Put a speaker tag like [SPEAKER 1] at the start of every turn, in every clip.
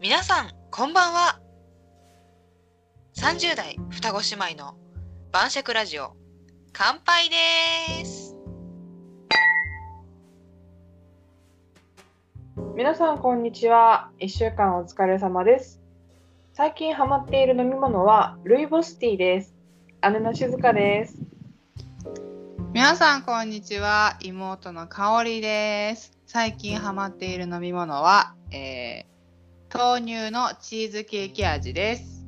[SPEAKER 1] 皆さんこんばんは30代双子姉妹の晩酌ラジオ乾杯です
[SPEAKER 2] 皆さんこんにちは1週間お疲れ様です最近ハマっている飲み物はルイボスティーです姉の静香です
[SPEAKER 3] 皆さんこんにちは妹の香りです最近ハマっている飲み物は、えー豆乳のチーズケーキ味です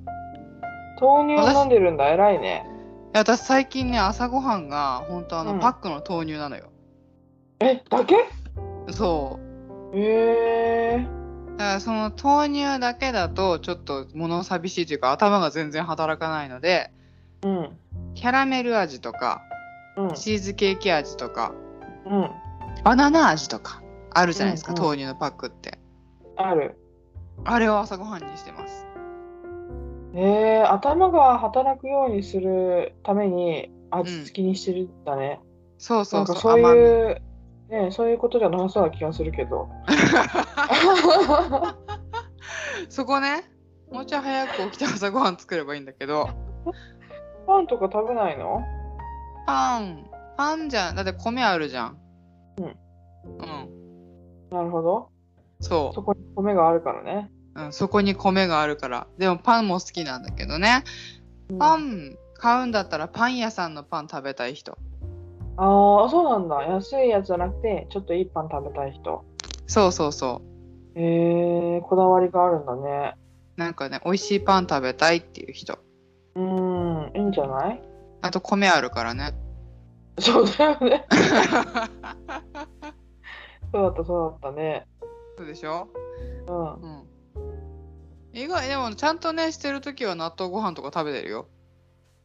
[SPEAKER 2] 豆乳飲んでるんだ偉いね
[SPEAKER 3] いや私最近ね朝ごはんが本当あの、
[SPEAKER 2] うん
[SPEAKER 3] パックの豆乳なのよ
[SPEAKER 2] えだけ
[SPEAKER 3] そ
[SPEAKER 2] えー、
[SPEAKER 3] うだからその豆乳だけだとちょっと物寂しいというか頭が全然働かないので
[SPEAKER 2] うん
[SPEAKER 3] キャラメル味とか
[SPEAKER 2] うん
[SPEAKER 3] チーズケーキ味とか
[SPEAKER 2] うん
[SPEAKER 3] バナナ味とかあるじゃないですか、
[SPEAKER 2] うんうん
[SPEAKER 3] 豆乳のパックって
[SPEAKER 2] ある
[SPEAKER 3] あれを朝ごはんにしてます
[SPEAKER 2] えー、頭が働くようにするために味付きにしてるんだね、
[SPEAKER 3] そうそ
[SPEAKER 2] な
[SPEAKER 3] うんそ
[SPEAKER 2] か
[SPEAKER 3] う
[SPEAKER 2] そう
[SPEAKER 3] 甘み
[SPEAKER 2] いうねそういうことじゃなさそうな気がするけ ど
[SPEAKER 3] そこね、もうちょい早く起きて朝ごはん作ればいいんだけど、
[SPEAKER 2] パンとか食べないの
[SPEAKER 3] パン、パンじゃん、だって米あるじゃん。
[SPEAKER 2] うん
[SPEAKER 3] うん。
[SPEAKER 2] なるほど
[SPEAKER 3] そ
[SPEAKER 2] そこに米があるからね
[SPEAKER 3] う、うん。そこに米があるから。でもパンも好きなんだけどね。パン買うんだったらパン屋さんのパン食べたい人。
[SPEAKER 2] ああ、そうなんだ。安いやつじゃなくて、ちょっといいパン食べたい人。
[SPEAKER 3] そうそうそう。
[SPEAKER 2] えー、こだわりがあるんだね。
[SPEAKER 3] なんかね、美味しいパン食べたいっていう人。
[SPEAKER 2] うーん、いいんじゃない
[SPEAKER 3] あと米あるからね。
[SPEAKER 2] そうだよ ね。そうだった、そうだったね。
[SPEAKER 3] そうでしょ
[SPEAKER 2] うん。
[SPEAKER 3] うん。意外、でもちゃんとね、してるときは納豆ご飯とか食べてるよ。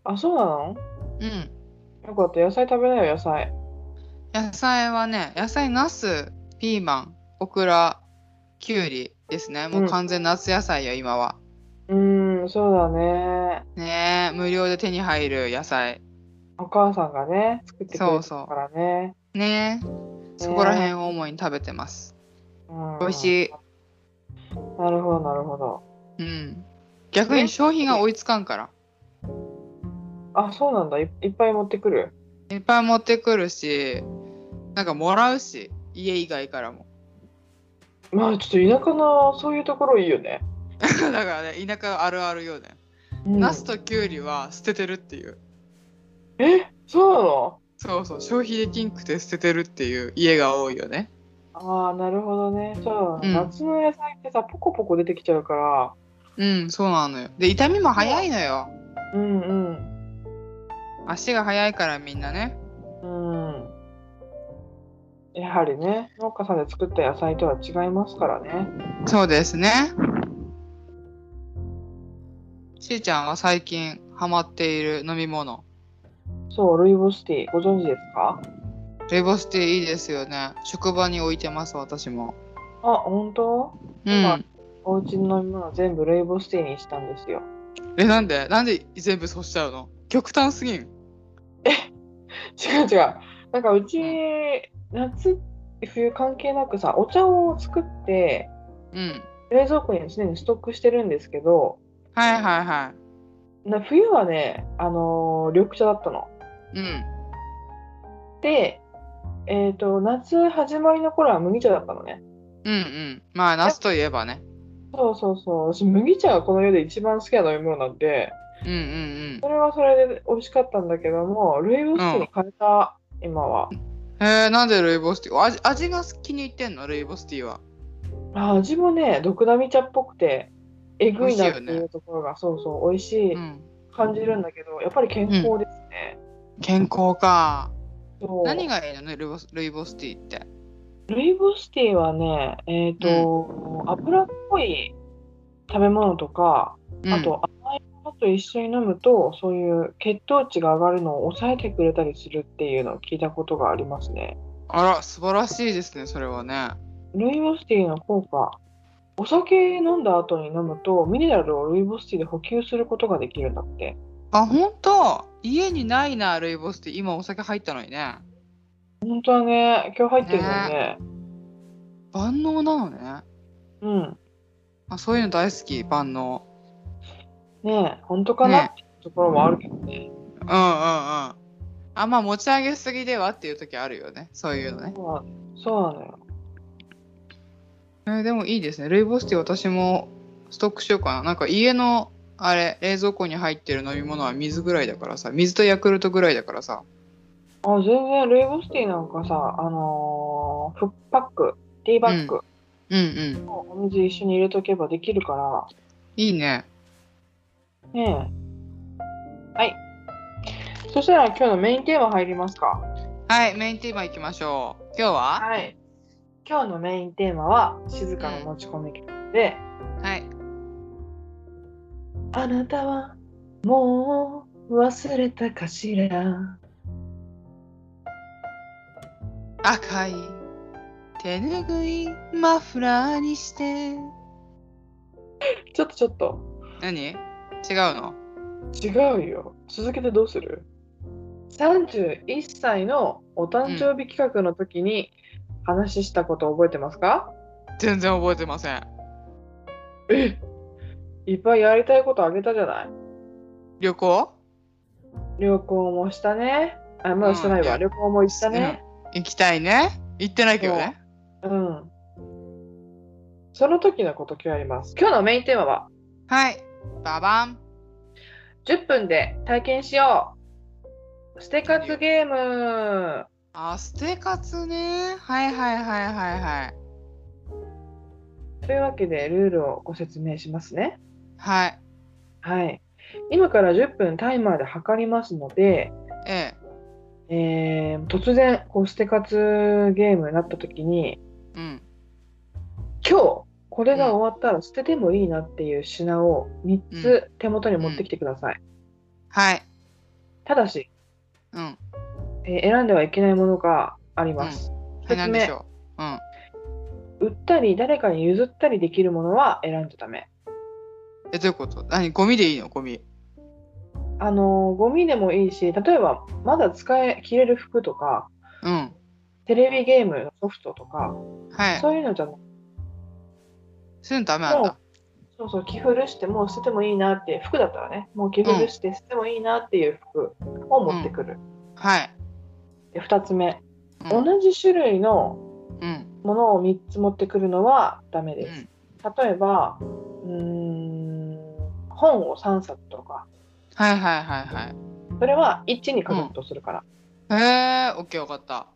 [SPEAKER 2] あ、そうなの
[SPEAKER 3] うん。
[SPEAKER 2] よかった。野菜食べないよ、野菜。
[SPEAKER 3] 野菜はね野菜ナスピーマンオクラきゅうりですねもう完全夏野菜よ、今は
[SPEAKER 2] うーん、そうだね。
[SPEAKER 3] ねえ無料で手に入る野菜
[SPEAKER 2] お母さんがね、作ってくれたからね。
[SPEAKER 3] ねえそこら辺を主に食べてます
[SPEAKER 2] うん
[SPEAKER 3] 美味しい
[SPEAKER 2] なるほど、なるほど。
[SPEAKER 3] うん逆に消費が追いつかんから
[SPEAKER 2] あ、そうなんだ。いいっぱい持ってくる。
[SPEAKER 3] いっぱい持ってくるしなんかもらうし家以外からも
[SPEAKER 2] まあ、ちょっと田舎のそういうところいいよね。
[SPEAKER 3] だからね田舎あるあるよね、
[SPEAKER 2] うん
[SPEAKER 3] ナスときゅうりは捨ててるっていう
[SPEAKER 2] え、そうなの
[SPEAKER 3] そうそう消費できんくて捨ててるっていう家が多いよね
[SPEAKER 2] ああ、なるほどね。そう、
[SPEAKER 3] うん
[SPEAKER 2] 夏の野菜ってさ、ポコポコ出てきちゃうから。
[SPEAKER 3] うん、そうなのよ。で、痛みも早いのよ。
[SPEAKER 2] うんうん。
[SPEAKER 3] 足が早いからみんなね。
[SPEAKER 2] うん。やはりね、農家さんで作った野菜とは違いますからね。
[SPEAKER 3] そうですね。しーちゃんは最近ハマっている飲み物。
[SPEAKER 2] そう、ルイボスティー、ご存知ですか
[SPEAKER 3] レイボスティーいいですよね。職場に置いてます、私も。
[SPEAKER 2] あ、本当
[SPEAKER 3] う
[SPEAKER 2] まあ
[SPEAKER 3] ん。
[SPEAKER 2] お家の飲み物全部ルイボスティーにしたんですよ。
[SPEAKER 3] え、なんでなんで全部そうしちゃうの極端すぎん。
[SPEAKER 2] 違う違う。なんかうち、夏、冬関係なくさ、お茶を作って、
[SPEAKER 3] うん。
[SPEAKER 2] 冷蔵庫に常にストックしてるんですけど、
[SPEAKER 3] はいはいは
[SPEAKER 2] な冬はね、あのー緑茶だったの。
[SPEAKER 3] い。うん。
[SPEAKER 2] で、えー、と夏始まりの頃は麦茶だったのね
[SPEAKER 3] うんうん。まあ、夏といえばね。
[SPEAKER 2] そうそうそう私麦茶がこの世で一番好きな飲み物なんで
[SPEAKER 3] うんうん
[SPEAKER 2] それはそれで美味しかったんだけどもルイボスティーに変えた、今は
[SPEAKER 3] うん。えー、なんでルイボスティー味味が気に入ってんのルイボスティーは。
[SPEAKER 2] あ味もね毒ダミ茶っぽくてえぐいなって
[SPEAKER 3] 美味しい
[SPEAKER 2] い
[SPEAKER 3] よ
[SPEAKER 2] うところが、そうそう美味しい
[SPEAKER 3] うん。
[SPEAKER 2] 感じるんだけどやっぱり健康ですね、
[SPEAKER 3] 健康か。
[SPEAKER 2] そう
[SPEAKER 3] 何がいいのねルイボスルイボスティーって
[SPEAKER 2] ルイボスティーはねえっ、と、油っぽい食べ物とかあと甘いものと一緒に飲むとそういう血糖値が上がるのを抑えてくれたりするっていうのを聞いたことがありますね。
[SPEAKER 3] あら素晴らしいですねそれはね
[SPEAKER 2] ルイボスティーの効果お酒飲んだ後に飲むとミネラルをルイボスティーで補給することができるんだって
[SPEAKER 3] あ本当家にないなルイボスティー今お酒入ったのにね
[SPEAKER 2] 本当はね今日入ってるもんね
[SPEAKER 3] 万能なのね
[SPEAKER 2] うん
[SPEAKER 3] あそういうの大好き万能
[SPEAKER 2] ねえ、本当かな、
[SPEAKER 3] ね
[SPEAKER 2] っていうところもあるけどね。
[SPEAKER 3] うんうんうんあんま持ち上げすぎではっていう時あるよねそういうのね、
[SPEAKER 2] そうなのそうなのよ。
[SPEAKER 3] えーでもいいですねルイボスティー私もストックしようかななんか家のあれ冷蔵庫に入ってる飲み物は水ぐらいだからさ水とヤクルトぐらいだからさ
[SPEAKER 2] あ全然、ルイボスティーなんかさ、あのーフックパック、ティーバッグ、
[SPEAKER 3] うんうん
[SPEAKER 2] お水一緒に入れとけばできるから、
[SPEAKER 3] いいね
[SPEAKER 2] ねえ。はい。そしたら今日のメインテーマ入りますか。
[SPEAKER 3] はいメインテーマいきましょう今日は、
[SPEAKER 2] い。今日のメインテーマは、静かな持ち込み企画で、
[SPEAKER 3] はい、
[SPEAKER 2] あなたはもう忘れたかしら。
[SPEAKER 3] 赤い手ぬぐいマフラーにして
[SPEAKER 2] ちょっとちょっと、
[SPEAKER 3] 何違うの
[SPEAKER 2] 違うよ。続けてどうする ?31 歳のお誕生日企画の時に話したこと覚えてますか、
[SPEAKER 3] 全然覚えてません
[SPEAKER 2] えいっぱいやりたいことあげたじゃない
[SPEAKER 3] 旅行
[SPEAKER 2] 旅行もしたね。あ、まだ
[SPEAKER 3] うん
[SPEAKER 2] してないわ。旅行もしたね。
[SPEAKER 3] 行きたいね行ってないけどね
[SPEAKER 2] うん。その時のこと今日やります。今日のメインテーマは
[SPEAKER 3] はいババン
[SPEAKER 2] 10分で体験しよう。ステカツゲーム。
[SPEAKER 3] あステカツねはいはいはいはいはい
[SPEAKER 2] というわけでルールをご説明しますね。
[SPEAKER 3] はい
[SPEAKER 2] はい。今から10分タイマーで測りますので、
[SPEAKER 3] ええ
[SPEAKER 2] えー突然こうステカツゲームになった時に、
[SPEAKER 3] うん
[SPEAKER 2] 今日これが終わったら捨ててもいいなっていう品を3つ手元に持ってきてください。
[SPEAKER 3] はい
[SPEAKER 2] ただし、
[SPEAKER 3] うん
[SPEAKER 2] えー選んではいけないものがあります。
[SPEAKER 3] はい
[SPEAKER 2] 説
[SPEAKER 3] 何
[SPEAKER 2] 明
[SPEAKER 3] でしょううん
[SPEAKER 2] 売ったり誰かに譲ったりできるものは選んじゃダメ。
[SPEAKER 3] えどういうこと何ゴミでいいのゴミ
[SPEAKER 2] あのーゴミでもいいし例えばまだ使い切れる服とか
[SPEAKER 3] うん
[SPEAKER 2] テレビゲームのソフトとか
[SPEAKER 3] はい
[SPEAKER 2] そういうのじゃなく
[SPEAKER 3] そういうのダメ
[SPEAKER 2] て
[SPEAKER 3] なん
[SPEAKER 2] も
[SPEAKER 3] だ
[SPEAKER 2] そうそう着古してもう捨ててもいいなって服だったらねもう着古して捨ててもいいなっていう服を持ってくる。
[SPEAKER 3] はい
[SPEAKER 2] で2つ目、
[SPEAKER 3] うん
[SPEAKER 2] 同じ種類の
[SPEAKER 3] うん
[SPEAKER 2] ものを3つ持ってくるのはダメ
[SPEAKER 3] う
[SPEAKER 2] です。
[SPEAKER 3] ん
[SPEAKER 2] 例えばうーん本を3冊とか
[SPEAKER 3] はいはいはいはい
[SPEAKER 2] それは1に書くとするから、
[SPEAKER 3] へえ、オッケー、わかった。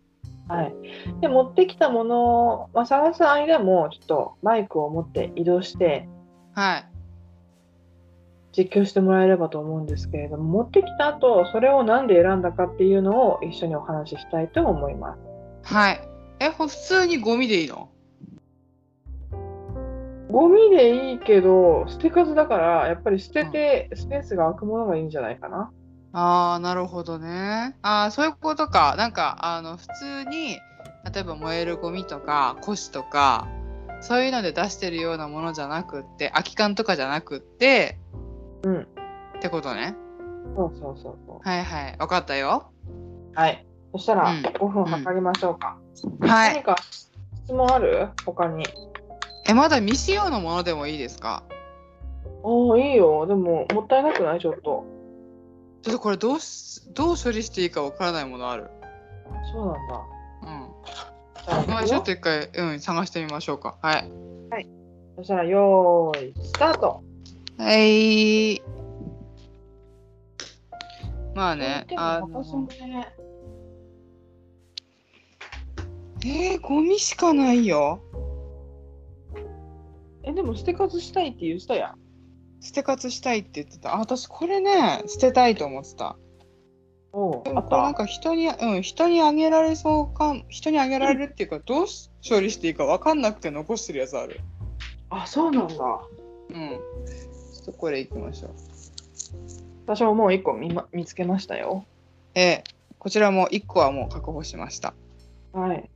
[SPEAKER 2] はい、で持ってきたもの、まあ、探す間もちょっとマイクを持って移動して
[SPEAKER 3] はい。
[SPEAKER 2] 実況してもらえればと思うんですけれども持ってきた後それを何で選んだかっていうのを一緒にお話ししたいと思います
[SPEAKER 3] はい。え、ほ普通にゴミでいいの
[SPEAKER 2] ゴミでいいけど捨て数だからやっぱり捨ててスペースが空くものがいいんじゃないかな、
[SPEAKER 3] ああ、なるほどね。ああ、そういうことか。なんか、あの、普通に、例えば燃えるゴミとか、古紙とか、そういうので出してるようなものじゃなくって、空き缶とかじゃなくって、
[SPEAKER 2] うん。
[SPEAKER 3] ってことね。
[SPEAKER 2] そうそうそうそう
[SPEAKER 3] はいはい。わかったよ。
[SPEAKER 2] はいそしたら
[SPEAKER 3] うん
[SPEAKER 2] 5分測りましょうか、
[SPEAKER 3] はい。
[SPEAKER 2] 何か質問ある他に。
[SPEAKER 3] え、まだ未使用のものでもいいですか
[SPEAKER 2] ああ、いいよ。でも、もったいなくないちょっと。
[SPEAKER 3] ちょっとこれどうし、どう処理していいかわからないものある。
[SPEAKER 2] そうなんだ。
[SPEAKER 3] うん。
[SPEAKER 2] じゃあ、
[SPEAKER 3] ま
[SPEAKER 2] 行
[SPEAKER 3] あ、
[SPEAKER 2] く
[SPEAKER 3] ちょ
[SPEAKER 2] よ
[SPEAKER 3] っと一回、うん、探してみましょうか。はい。
[SPEAKER 2] そしたら、よーい、スタート。
[SPEAKER 3] はい。まあね、
[SPEAKER 2] でも
[SPEAKER 3] あ
[SPEAKER 2] 私も
[SPEAKER 3] の
[SPEAKER 2] ね、
[SPEAKER 3] えー、ゴミしかないよ。
[SPEAKER 2] え、でも、捨て数したいって言う人やん。
[SPEAKER 3] 捨て活したいって言ってた。あ、私これね、捨てたいと思ってた。
[SPEAKER 2] おう
[SPEAKER 3] で
[SPEAKER 2] あ
[SPEAKER 3] も
[SPEAKER 2] っ
[SPEAKER 3] これなん
[SPEAKER 2] た
[SPEAKER 3] か人に、うん、人にあげられそうか、人にあげられるっていうか、どうし処理していいかわかんなくて残してるやつある。
[SPEAKER 2] あ、そうなんだ。
[SPEAKER 3] うん。ちょっとこれいきましょう。
[SPEAKER 2] 私ももう一個見,、ま、見つけましたよ。
[SPEAKER 3] えー、こちらも1個はもう確保しました。
[SPEAKER 2] はい。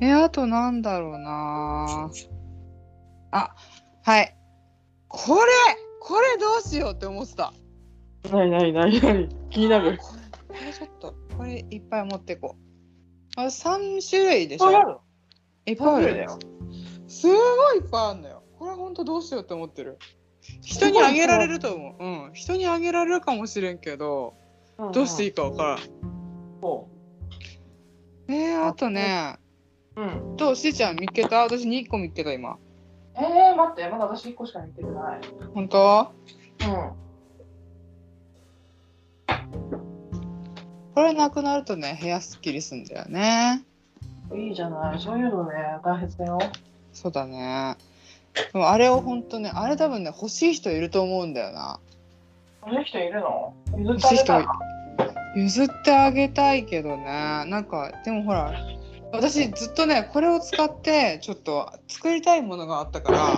[SPEAKER 3] えあとなんだろうなあはいこれこれどうしようって思ってた
[SPEAKER 2] なになになになに気になる。
[SPEAKER 3] これこれちょっとこれいっぱい持ってこうあ3種類でし
[SPEAKER 2] あ、や
[SPEAKER 3] ょ
[SPEAKER 2] る
[SPEAKER 3] いっ
[SPEAKER 2] の
[SPEAKER 3] ぱいある
[SPEAKER 2] だよ。
[SPEAKER 3] すごいいっぱいあるのよこれ本当どうしようって思ってる人にあげられると思う、うん、人にあげられるかもしれんけどどうしていいかわからんねえあとね
[SPEAKER 2] うん。
[SPEAKER 3] どうしーちゃん見っけた私2個見っけた今
[SPEAKER 2] ええー、待って、まだ私一個しか見てない。
[SPEAKER 3] 本
[SPEAKER 2] う
[SPEAKER 3] 当これなくなるとね部屋すっきりすんだよね
[SPEAKER 2] ん。いいじゃない。そういうのね、大切だよ。
[SPEAKER 3] そうだねでもあれを本当ねあれ多分ね欲しい人いると思うんだよな
[SPEAKER 2] この人いるの譲っ
[SPEAKER 3] 欲
[SPEAKER 2] てあげ
[SPEAKER 3] しい
[SPEAKER 2] た
[SPEAKER 3] 人
[SPEAKER 2] い。
[SPEAKER 3] 譲ってあげたいけどねなんかでもほら私ずっとねこれを使ってちょっと作りたいものがあったから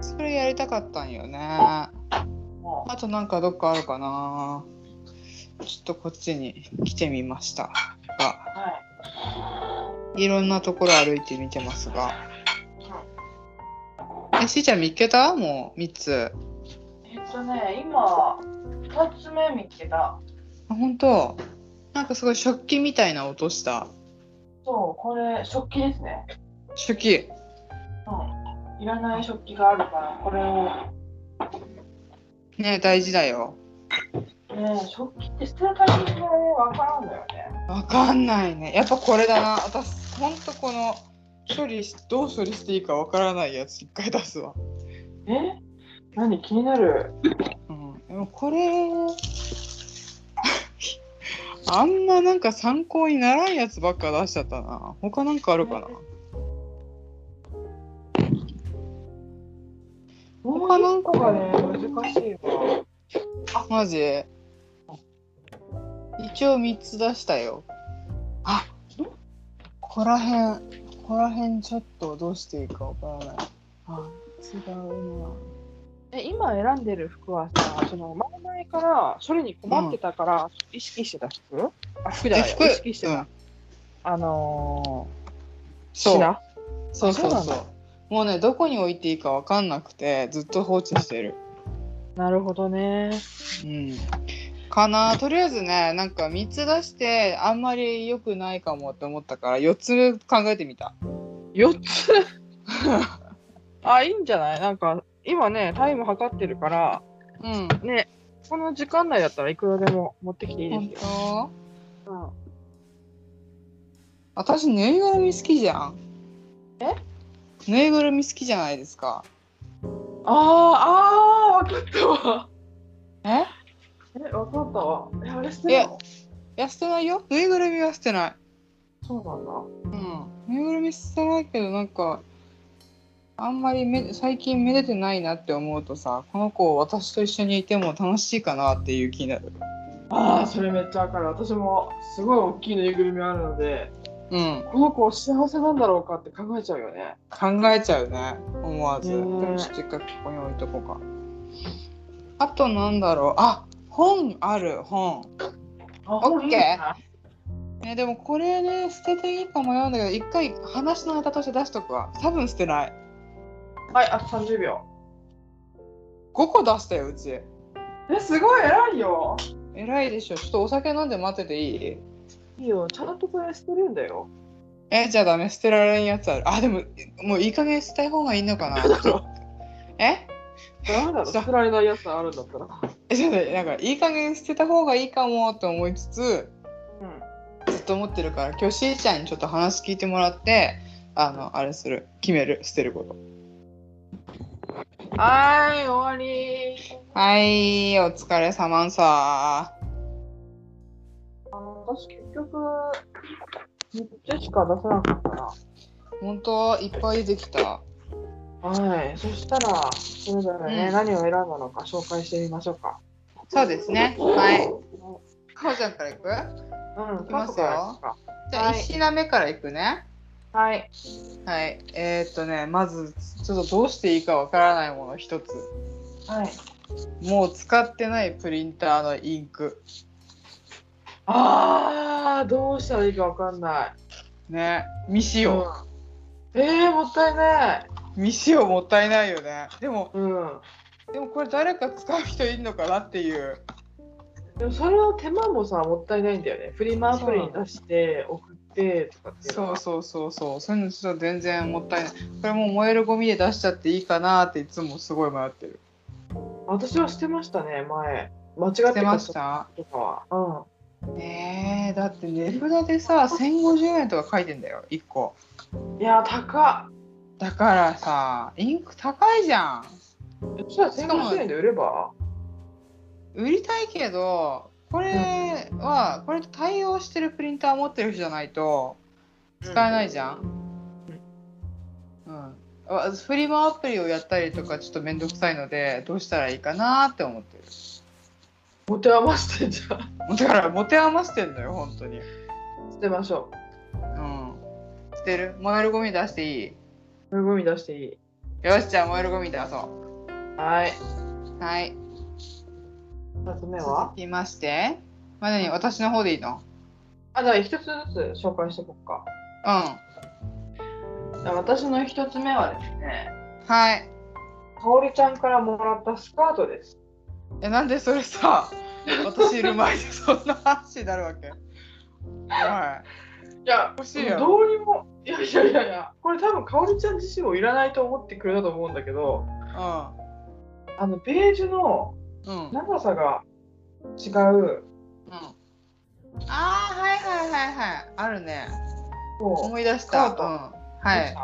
[SPEAKER 3] それやりたかったんよねあとなんかどっかあるかなちょっとこっちに来てみましたが
[SPEAKER 2] はい
[SPEAKER 3] ろんなところ歩いてみてますがえしーちゃん見っけたもう3つ
[SPEAKER 2] い。えっとね、今、二つ目見つけた。
[SPEAKER 3] あ本当なんかすごい食器みたいな音した
[SPEAKER 2] そう、これ、食器ですね。
[SPEAKER 3] 食器
[SPEAKER 2] うん。いらない食器があるから、これを。
[SPEAKER 3] ね大事だよ
[SPEAKER 2] ねえ、食器って捨てるタイミングがね、わからんのよね。
[SPEAKER 3] わかんないね。やっぱこれだな。私、ほんとこの処理し、どう処理していいかわからないやつ、一回出すわ。
[SPEAKER 2] え何気になる。
[SPEAKER 3] うん。でもこれ、 あんまなんか参考にならんやつばっか出しちゃったな。他なんかあるかな
[SPEAKER 2] 他なんかがね、難しいわ。
[SPEAKER 3] マジ一応3つ出したよ。あここら辺、ここら辺ちょっとどうしていいかわからない。あ、違うな。
[SPEAKER 2] え今選んでる服はさ、その前々から処理に困ってたから意識してた服、あ服じゃない
[SPEAKER 3] え
[SPEAKER 2] よ
[SPEAKER 3] 服
[SPEAKER 2] 意識してた、
[SPEAKER 3] うん
[SPEAKER 2] あのー、
[SPEAKER 3] そう。
[SPEAKER 2] 品
[SPEAKER 3] そうそうそ
[SPEAKER 2] あ
[SPEAKER 3] う
[SPEAKER 2] そうなんだ
[SPEAKER 3] もうねどこに置いていいかわかんなくてずっと放置してる
[SPEAKER 2] なるほどね。
[SPEAKER 3] うんかなとりあえずねなんか3つ出してあんまり良くないかもって思ったから4つ考えてみた
[SPEAKER 2] 4つ あ、いいんじゃないなんか、今ね、タイム測ってるから、
[SPEAKER 3] うん
[SPEAKER 2] ね、この時間内だったらいくらでも持ってきていい
[SPEAKER 3] 本
[SPEAKER 2] ですよ。
[SPEAKER 3] 当
[SPEAKER 2] うん
[SPEAKER 3] 私ぬいぐるみ好きじゃんえぬいぐるみ好きじゃないですか
[SPEAKER 2] あー、あー、わかったわ。
[SPEAKER 3] え
[SPEAKER 2] え、わかったわ。え、あれ捨
[SPEAKER 3] い
[SPEAKER 2] て
[SPEAKER 3] や
[SPEAKER 2] たの
[SPEAKER 3] いや捨てないよぬいぐるみは捨てない
[SPEAKER 2] そうなんだ。
[SPEAKER 3] うんぬいぐるみ捨てないけどなんかあんまりめ最近めでてないなって思うとさこの子私と一緒にいても楽しいかなっていう気になる
[SPEAKER 2] ああ、それめっちゃわかる。私もすごい大きいぬいぐるみあるので、
[SPEAKER 3] うん
[SPEAKER 2] この子幸せなんだろうかって考えちゃうよね。
[SPEAKER 3] 考えちゃうね思わず、
[SPEAKER 2] ね
[SPEAKER 3] でもちょっと一回ここに置いとこうかあとなんだろうあ本ある本
[SPEAKER 2] あ、
[SPEAKER 3] オッケー
[SPEAKER 2] いいな
[SPEAKER 3] ねでもこれね捨てていいか迷うんだけど一回話のネタとして出しとくわ多分捨てない
[SPEAKER 2] はい、あと30秒。
[SPEAKER 3] 5個出したようち
[SPEAKER 2] え、すごい偉いよ。
[SPEAKER 3] 偉いでしょちょっとお酒飲んで待ってていい
[SPEAKER 2] いいよ、ちゃんとこれ捨てるんだよ。
[SPEAKER 3] え、じゃあダメ、捨てられんやつある。あ、でも、もういい加減捨てた方がいいのかな。え
[SPEAKER 2] ダメだろ、
[SPEAKER 3] そう
[SPEAKER 2] 捨てられないやつあるんだったら。
[SPEAKER 3] え、じゃあね、なんか、いい加減捨てた方がいいかもと思いつつ、
[SPEAKER 2] うん。
[SPEAKER 3] ずっと思ってるから、今日しーちゃんにちょっと話聞いてもらって、あの、あれする、決める、捨てること。
[SPEAKER 2] はーい、終わり
[SPEAKER 3] はい、お疲れ様んさ
[SPEAKER 2] 私結局、3つしか出せなかったな。
[SPEAKER 3] ほんと、いっぱいできた。
[SPEAKER 2] はい、そしたら、それぞれね、
[SPEAKER 3] うん
[SPEAKER 2] 何を選んだのか紹介してみましょうか。
[SPEAKER 3] そうですね。はい。かおちゃんからいく
[SPEAKER 2] うん、
[SPEAKER 3] きま
[SPEAKER 2] カットからで
[SPEAKER 3] すよ
[SPEAKER 2] すか
[SPEAKER 3] じゃあ、
[SPEAKER 2] はい
[SPEAKER 3] 一品目からいくね。
[SPEAKER 2] はい。
[SPEAKER 3] はい、えーっとね、まずちょっとどうしていいかわからないもの一つ。
[SPEAKER 2] はい。
[SPEAKER 3] もう使ってないプリンターのインク。
[SPEAKER 2] あー、どうしたらいいかわかんない。
[SPEAKER 3] ね、未使用。
[SPEAKER 2] うんえー、もったいない。
[SPEAKER 3] 未使用もったいないよね。でも、
[SPEAKER 2] うん。
[SPEAKER 3] でもこれ誰か使う人いるのかなっていう。
[SPEAKER 2] でもそれの手間もさ、もったいないんだよね。フリマアプリに出して送ってとかっていうの
[SPEAKER 3] そう
[SPEAKER 2] は
[SPEAKER 3] そうそうそうそういうのちょっと全然もったいないこれもう燃えるゴミで出しちゃっていいかなっていつもすごい迷ってる
[SPEAKER 2] 私はしてましたね前間違って
[SPEAKER 3] 捨て
[SPEAKER 2] 買
[SPEAKER 3] ま
[SPEAKER 2] っ
[SPEAKER 3] したた
[SPEAKER 2] とかは、うん、
[SPEAKER 3] ねえだって値札でさ1050円とか書いてんだよ1個
[SPEAKER 2] いやー高っ
[SPEAKER 3] だからさインク高いじゃん
[SPEAKER 2] そしたら
[SPEAKER 3] しかも
[SPEAKER 2] 1500円で売れば
[SPEAKER 3] 売りたいけどこれはこれと対応してるプリンター持ってる人じゃないと使えないじゃん。うん、あフリマアプリをやったりとかちょっと面倒くさいのでどうしたらいいかなって思ってる。
[SPEAKER 2] 持て余してじゃあ
[SPEAKER 3] もうだから持て余してんだよ本当に。
[SPEAKER 2] 捨てま しょ
[SPEAKER 3] うん。捨てる燃えるゴミ出していい
[SPEAKER 2] うんゴミ出していい
[SPEAKER 3] よしじゃあ燃えるゴミ出そ
[SPEAKER 2] はい。
[SPEAKER 3] う。はい。
[SPEAKER 2] 二つ目は
[SPEAKER 3] 続きましてまだに私の方でいいの
[SPEAKER 2] あ、じゃあ一つずつ紹介していこうか。
[SPEAKER 3] うん。
[SPEAKER 2] じゃあ私の一つ目はですね、
[SPEAKER 3] はい。
[SPEAKER 2] かおりちゃんからもらったスカートです。
[SPEAKER 3] えなんでそ れさ私いる前でそんな話になるわけはい
[SPEAKER 2] や、
[SPEAKER 3] い欲しいよ
[SPEAKER 2] どうにも、いやいやいやいや、これ多分かおりちゃん自身もいらないと思ってくれたと思うんだけど、
[SPEAKER 3] い
[SPEAKER 2] あの、ベージュの
[SPEAKER 3] うんうんうん
[SPEAKER 2] 長さが違う、
[SPEAKER 3] ああーはいはいはいはいあるね
[SPEAKER 2] こ
[SPEAKER 3] 思い出し
[SPEAKER 2] スカ
[SPEAKER 3] た
[SPEAKER 2] ート
[SPEAKER 3] うん
[SPEAKER 2] う、
[SPEAKER 3] はい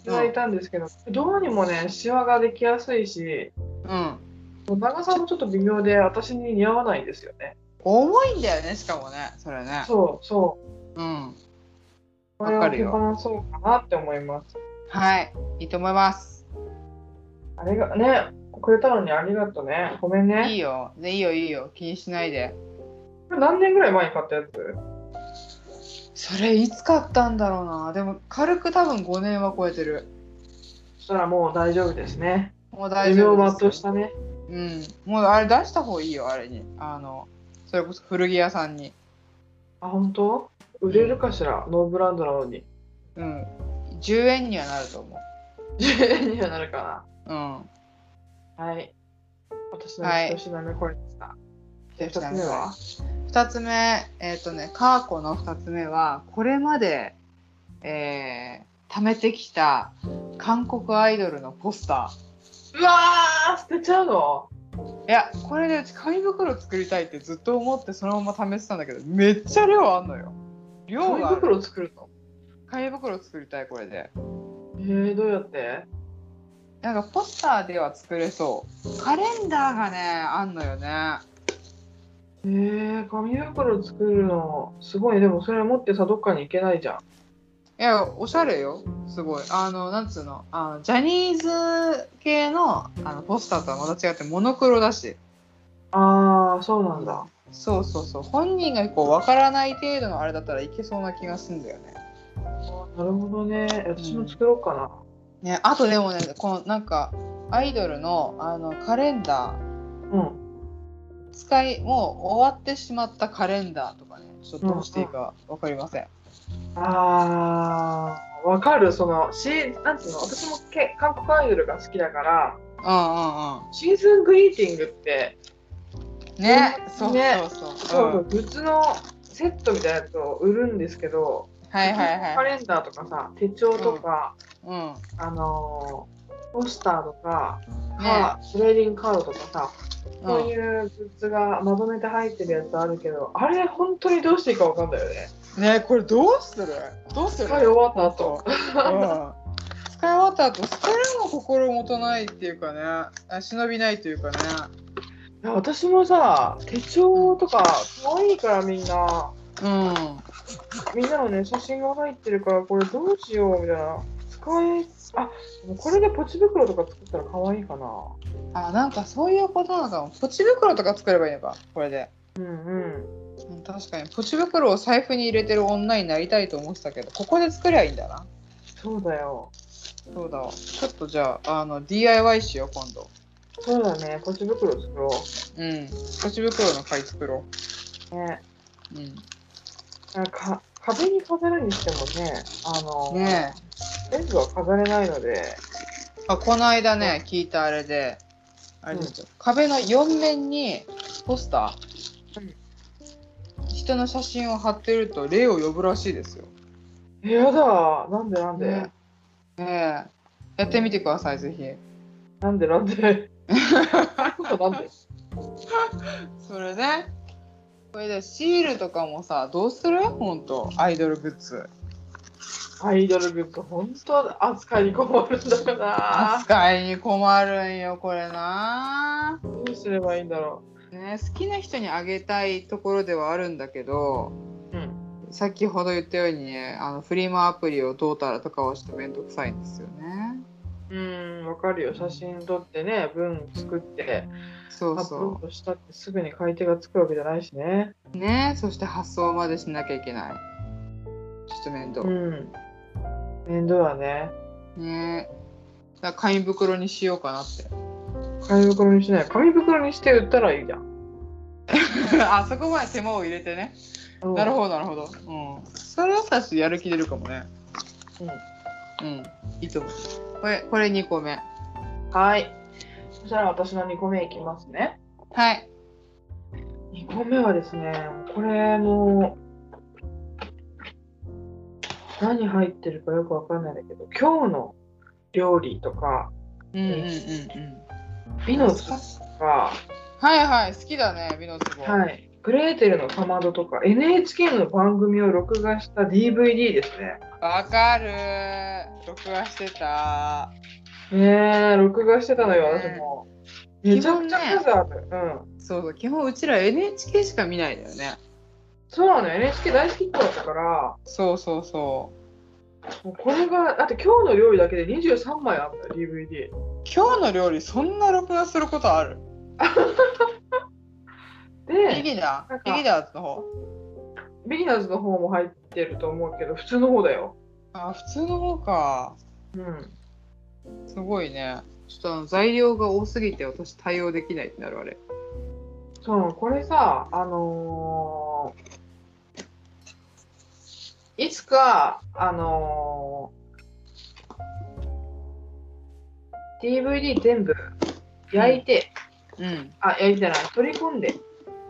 [SPEAKER 2] いただいたんですけど、どうにもね、シワができやすいし、
[SPEAKER 3] うん
[SPEAKER 2] 長さもちょっと微妙で、私に似合わないんですよね。
[SPEAKER 3] 重いんだよねしかもねそれね
[SPEAKER 2] そうそう。
[SPEAKER 3] うん
[SPEAKER 2] これ
[SPEAKER 3] わ
[SPEAKER 2] を
[SPEAKER 3] か
[SPEAKER 2] 手
[SPEAKER 3] るよ
[SPEAKER 2] 放そうかなって思います。
[SPEAKER 3] はいいいと思います
[SPEAKER 2] あれがね、くれたのにありがとうね。ごめん
[SPEAKER 3] い
[SPEAKER 2] ね。
[SPEAKER 3] いよねいいよいいよ気にしないで
[SPEAKER 2] これ何年ぐらい前に買ったやつ
[SPEAKER 3] それいつ買ったんだろうなでも軽く多分5年は超えてる
[SPEAKER 2] そしたらもう大丈夫ですね。
[SPEAKER 3] もう
[SPEAKER 2] 大
[SPEAKER 3] 大
[SPEAKER 2] 丈
[SPEAKER 3] 丈
[SPEAKER 2] 夫
[SPEAKER 3] 夫
[SPEAKER 2] を
[SPEAKER 3] です
[SPEAKER 2] 全うしたね。
[SPEAKER 3] うん、もうあれ出した方がいいよあれにあのそれこそ古着屋さんに、
[SPEAKER 2] あ、本当売れるかしら、ノーブランドなのに。
[SPEAKER 3] うん、10円にはなると思
[SPEAKER 2] 10円にはなるか
[SPEAKER 3] う、うん、
[SPEAKER 2] な。はい。私の一品目これでした。じゃあ一つ目は
[SPEAKER 3] 2つ目えっ、とねカーコの2つ目はこれまでえー、貯めてきた韓国アイドルのポスタ
[SPEAKER 2] うわー捨てちゃうの
[SPEAKER 3] ーいやこれでうち紙袋作りたいってずっと思ってそのまま貯めてたんだけどめっちゃ量あんのよ量
[SPEAKER 2] 紙
[SPEAKER 3] がある
[SPEAKER 2] 袋作るの
[SPEAKER 3] 紙袋作りたいこれで
[SPEAKER 2] えー、どうやって
[SPEAKER 3] なんかポスターでは作れそう。カレンダーがね、あんのよね。
[SPEAKER 2] えー、紙袋作るのすごいねでもそれ持ってさどっかに行けないじゃん
[SPEAKER 3] いや、おしゃれよ。すごい。あの、なんつうの、あのジャニーズ系のあのポスターとはまた違ってモノクロだし。
[SPEAKER 2] ああそうなんだ
[SPEAKER 3] そうそうそう。本人がこう、わからない程度のあれだったらいけそうな気がすんだよね。
[SPEAKER 2] なるほどね私も作ろうかな、
[SPEAKER 3] ね、あとでもね、このなんか、アイドルのあのカレンダー、
[SPEAKER 2] うん。
[SPEAKER 3] 使い、もう終わってしまったカレンダーとかね、ちょっとどうしていいかわかりません。
[SPEAKER 2] ああ、わかる。その、し、なんていうの、私もけ韓国アイドルが好きだから、
[SPEAKER 3] うんうんうん。
[SPEAKER 2] シーズングリーティングって、
[SPEAKER 3] ね、
[SPEAKER 2] ね
[SPEAKER 3] そうそ
[SPEAKER 2] そ
[SPEAKER 3] うそうう。
[SPEAKER 2] そうう、
[SPEAKER 3] ん
[SPEAKER 2] グッズのセットみたいなやつを売るんですけど、
[SPEAKER 3] はいはいはい
[SPEAKER 2] カ。レンダーとかさ、手帳とか、
[SPEAKER 3] うん。
[SPEAKER 2] あのーポスターとか、
[SPEAKER 3] ね
[SPEAKER 2] カートレーディングカードとかさ、
[SPEAKER 3] う
[SPEAKER 2] そういうグッズがまとめて入ってるやつあるけど、あれ本当にどうしていいかわかんないよね。
[SPEAKER 3] ん。ねこれどうするどうする
[SPEAKER 2] 使い終わった後。
[SPEAKER 3] と。うん使い終わった後、捨てるも心もとないっていうかね、あ忍びないというかね。
[SPEAKER 2] いや私もさ手帳とか可愛いからみんな
[SPEAKER 3] うん。
[SPEAKER 2] みんなのね写真が入ってるからこれどうしようみたいな使えあでもこれでポチ袋とか作ったら可愛いかな
[SPEAKER 3] あ、なんかそういうことなのかも。ポチ袋とか作ればいいのか、これで。
[SPEAKER 2] うんうん
[SPEAKER 3] うん確かに、ポチ袋を財布に入れてる女になりたいと思ってたけど、ここで作りゃいいんだな。
[SPEAKER 2] そうだよ
[SPEAKER 3] そうだわ。ちょっとじゃあ、あの、DIY しよう、今度。
[SPEAKER 2] そうだねポチ袋作ろ
[SPEAKER 3] うん。ポチ袋の買い作ろ
[SPEAKER 2] うね
[SPEAKER 3] う。うん。
[SPEAKER 2] なんかか壁に飾るにしてもねあの
[SPEAKER 3] ねえ。
[SPEAKER 2] 全部は飾れないので
[SPEAKER 3] あこの間ね聞いたあれであれですよ、壁の4面にポスター、
[SPEAKER 2] うん
[SPEAKER 3] 人の写真を貼ってると霊を呼ぶらしいですよ。
[SPEAKER 2] えやだなんでなんで、
[SPEAKER 3] ねねえやってみてくださいぜひ。
[SPEAKER 2] なんでなん でそうなんで
[SPEAKER 3] それね。これでシールとかもさどうする本当アイドルグッズ。
[SPEAKER 2] アイドルグッズ本当扱いに困るんだから
[SPEAKER 3] 扱いに困るんよこれな。
[SPEAKER 2] どうすればいいんだろ
[SPEAKER 3] ね好きな人にあげたいところではあるんだけど。
[SPEAKER 2] ううん
[SPEAKER 3] 先ほど言ったようにねあのフリマアプリをどうたらとかはちょっと面倒くさいんですよね。
[SPEAKER 2] うんわかるよ写真撮ってね文作ってアッ
[SPEAKER 3] そう
[SPEAKER 2] プ
[SPEAKER 3] そ
[SPEAKER 2] ロードしたってすぐに買い手がつくわけじゃないしね
[SPEAKER 3] う。ねそして発送までしなきゃいけない。ちょっと面倒。
[SPEAKER 2] ん面倒だね
[SPEAKER 3] ねだから紙袋にしようかなって。
[SPEAKER 2] 紙袋にしない紙袋にして売ったらいいじゃん
[SPEAKER 3] あそこまで手間を入れてね。なるほどなるほど。うん。それだったらちょっとやる気出るかもね。うん。うん。いいと思う。これこれ2個目。
[SPEAKER 2] はいそしたら私の2個目いきますね
[SPEAKER 3] はい。
[SPEAKER 2] 2個目はですねこれもう何入ってるかよくわかんないんだけど今日の料理とか
[SPEAKER 3] うんうんうんうん。
[SPEAKER 2] 美の壺とか
[SPEAKER 3] はいはい好きだね美の壺。
[SPEAKER 2] はい。グレーテルのかまどとか NHK の番組を録画した DVD ですね。
[SPEAKER 3] わかるー。録画してた
[SPEAKER 2] ねえ、録画してたのよ、
[SPEAKER 3] ね
[SPEAKER 2] 私も。めちゃくちゃ数ある。うん。
[SPEAKER 3] そうそう、基本うちら NHK しか見ないんだよね。
[SPEAKER 2] そうなのよ、NHK 大好きっ子だったから、
[SPEAKER 3] そうそうそ
[SPEAKER 2] もうこれが、だって今日の料理だけで23枚あった、DVD。
[SPEAKER 3] う。今日の料理、そんな録画することあるビ
[SPEAKER 2] で、
[SPEAKER 3] ギナ
[SPEAKER 2] なんか
[SPEAKER 3] ービギナーズの方
[SPEAKER 2] ビギナーズの方も入ってると思うけど、普通の方だよ。
[SPEAKER 3] あ、普通の方か。
[SPEAKER 2] うん。
[SPEAKER 3] すごいね。ちょっとあの材料が多すぎて私対応できないってなるあれ。
[SPEAKER 2] そうなの、これさ、あのーいつか、あのー DVD 全部焼いて、
[SPEAKER 3] うん。
[SPEAKER 2] あ、焼いてじゃない、取り込んで、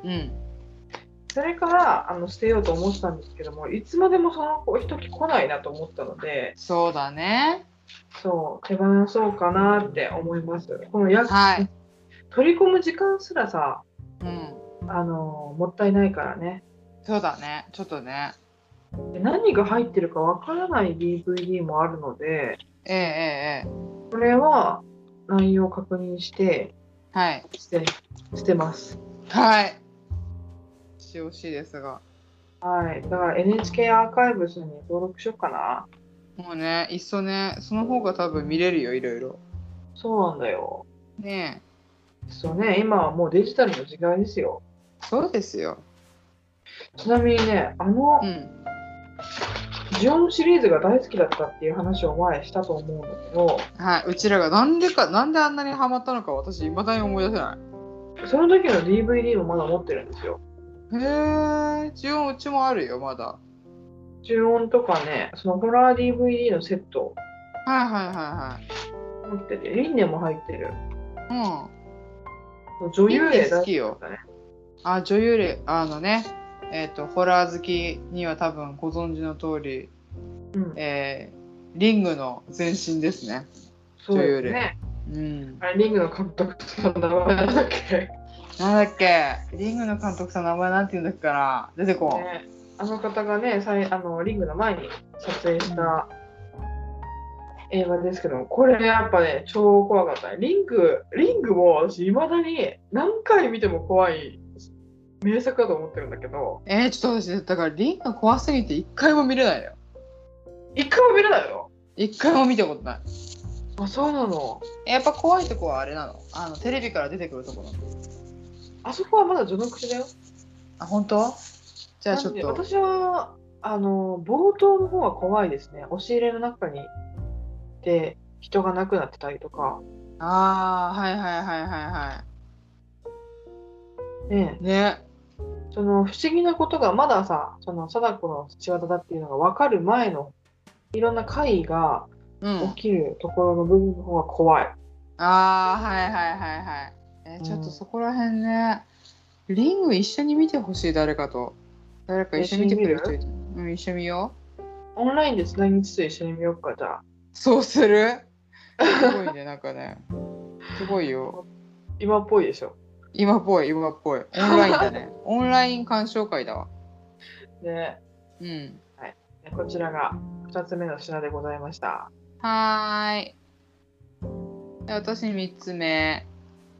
[SPEAKER 3] うん。
[SPEAKER 2] それからあの捨てようと思ってたんですけどもいつまでもその子時来ないなと思ったので
[SPEAKER 3] そうだね。
[SPEAKER 2] そう手放そうかなって思いますこのや、
[SPEAKER 3] はい。
[SPEAKER 2] 取り込む時間すらさ
[SPEAKER 3] うん。
[SPEAKER 2] あのもったいないからね
[SPEAKER 3] そうだね。ちょっとね。
[SPEAKER 2] で何が入ってるかわからない DVD もあるので
[SPEAKER 3] えええええ
[SPEAKER 2] これは内容を確認して
[SPEAKER 3] え。はい。
[SPEAKER 2] 捨て捨てます
[SPEAKER 3] はい。してほしいですが。
[SPEAKER 2] はいだから NHK アーカイブスに登録しようかな
[SPEAKER 3] もうね、いっそね、その方が多分見れるよ、いろいろ。
[SPEAKER 2] そうなんだよ
[SPEAKER 3] ね
[SPEAKER 2] そうね今はもうデジタルの時代ですよ
[SPEAKER 3] え。そうですよ。
[SPEAKER 2] ちなみにねあの、
[SPEAKER 3] うん。
[SPEAKER 2] ジオンシリーズが大好きだったっていう話を前したと思うんだけど
[SPEAKER 3] はい、うちらがなんでか、なんであんなにハマったのか私、未だに思い出せな
[SPEAKER 2] その時の DVD もまだ持ってるんですよ。
[SPEAKER 3] い。へえ、ジオンうちもあるよ、まだ。
[SPEAKER 2] ジオンとかねそのホラー DVD のセット
[SPEAKER 3] はいはいはい
[SPEAKER 2] 持っててリンネも入ってる
[SPEAKER 3] はい。
[SPEAKER 2] 女
[SPEAKER 3] うん。
[SPEAKER 2] 優
[SPEAKER 3] リン
[SPEAKER 2] 映
[SPEAKER 3] ネ
[SPEAKER 2] 大
[SPEAKER 3] 好
[SPEAKER 2] 好き
[SPEAKER 3] き
[SPEAKER 2] だっ
[SPEAKER 3] よ。
[SPEAKER 2] たね
[SPEAKER 3] あ、女優霊、あのね、えっ、と、ホラー好きには多分ご存知の通り、
[SPEAKER 2] うん
[SPEAKER 3] えー、リングの前身ですね。
[SPEAKER 2] そう
[SPEAKER 3] 女
[SPEAKER 2] で
[SPEAKER 3] 優
[SPEAKER 2] すね
[SPEAKER 3] うん。
[SPEAKER 2] あれリングの監督さんの名前だっけ、
[SPEAKER 3] なんだっけ、リングの監督さんの名前なんて言うんだっけかな。出てこん。
[SPEAKER 2] ね、あの方がねさいあのリングの前に撮影した映画ですけどもこれやっぱね超怖かったねリングリングも私いまだに何回見ても怖い名作だと思ってるんだけど
[SPEAKER 3] えー、ちょっと私、だからリング怖すぎて一回も見れないよ。
[SPEAKER 2] 一回も見れないの
[SPEAKER 3] 一回も見たことない。
[SPEAKER 2] あそうなの
[SPEAKER 3] やっぱ怖いとこはあれなのあのテレビから出てくるとこなの
[SPEAKER 2] あそこはまだ序の口だよ
[SPEAKER 3] あ本当じゃあちょ
[SPEAKER 2] な
[SPEAKER 3] っ
[SPEAKER 2] んで
[SPEAKER 3] と
[SPEAKER 2] 私はあの冒頭の方は怖いですね押し入れの中にで人が亡くなってたりとか
[SPEAKER 3] ああはいはいはいはいは
[SPEAKER 2] ね
[SPEAKER 3] いね
[SPEAKER 2] その不思議なことがまださその貞子の仕業だっていうのが分かる前のいろんな怪異が
[SPEAKER 3] うん
[SPEAKER 2] 起きるところの部分の方が怖い、
[SPEAKER 3] ああはいはいはいはいえーちょっとそこら辺ねリング一緒に見てほしい誰かと誰か一緒に見てくれる人いたうん、一緒に見よう。
[SPEAKER 2] オンラインでつなぎつつ一緒に見ようか、じゃあ。
[SPEAKER 3] そうするすごいね、なんかね。すごいよ。
[SPEAKER 2] 今っぽいでしょ。
[SPEAKER 3] 今っぽい、今っぽい。オンライン だね。オンライン鑑賞会だわ。
[SPEAKER 2] ね、
[SPEAKER 3] うん。
[SPEAKER 2] こちらが2つ目の品でございました。
[SPEAKER 3] はーい。で私3つ目。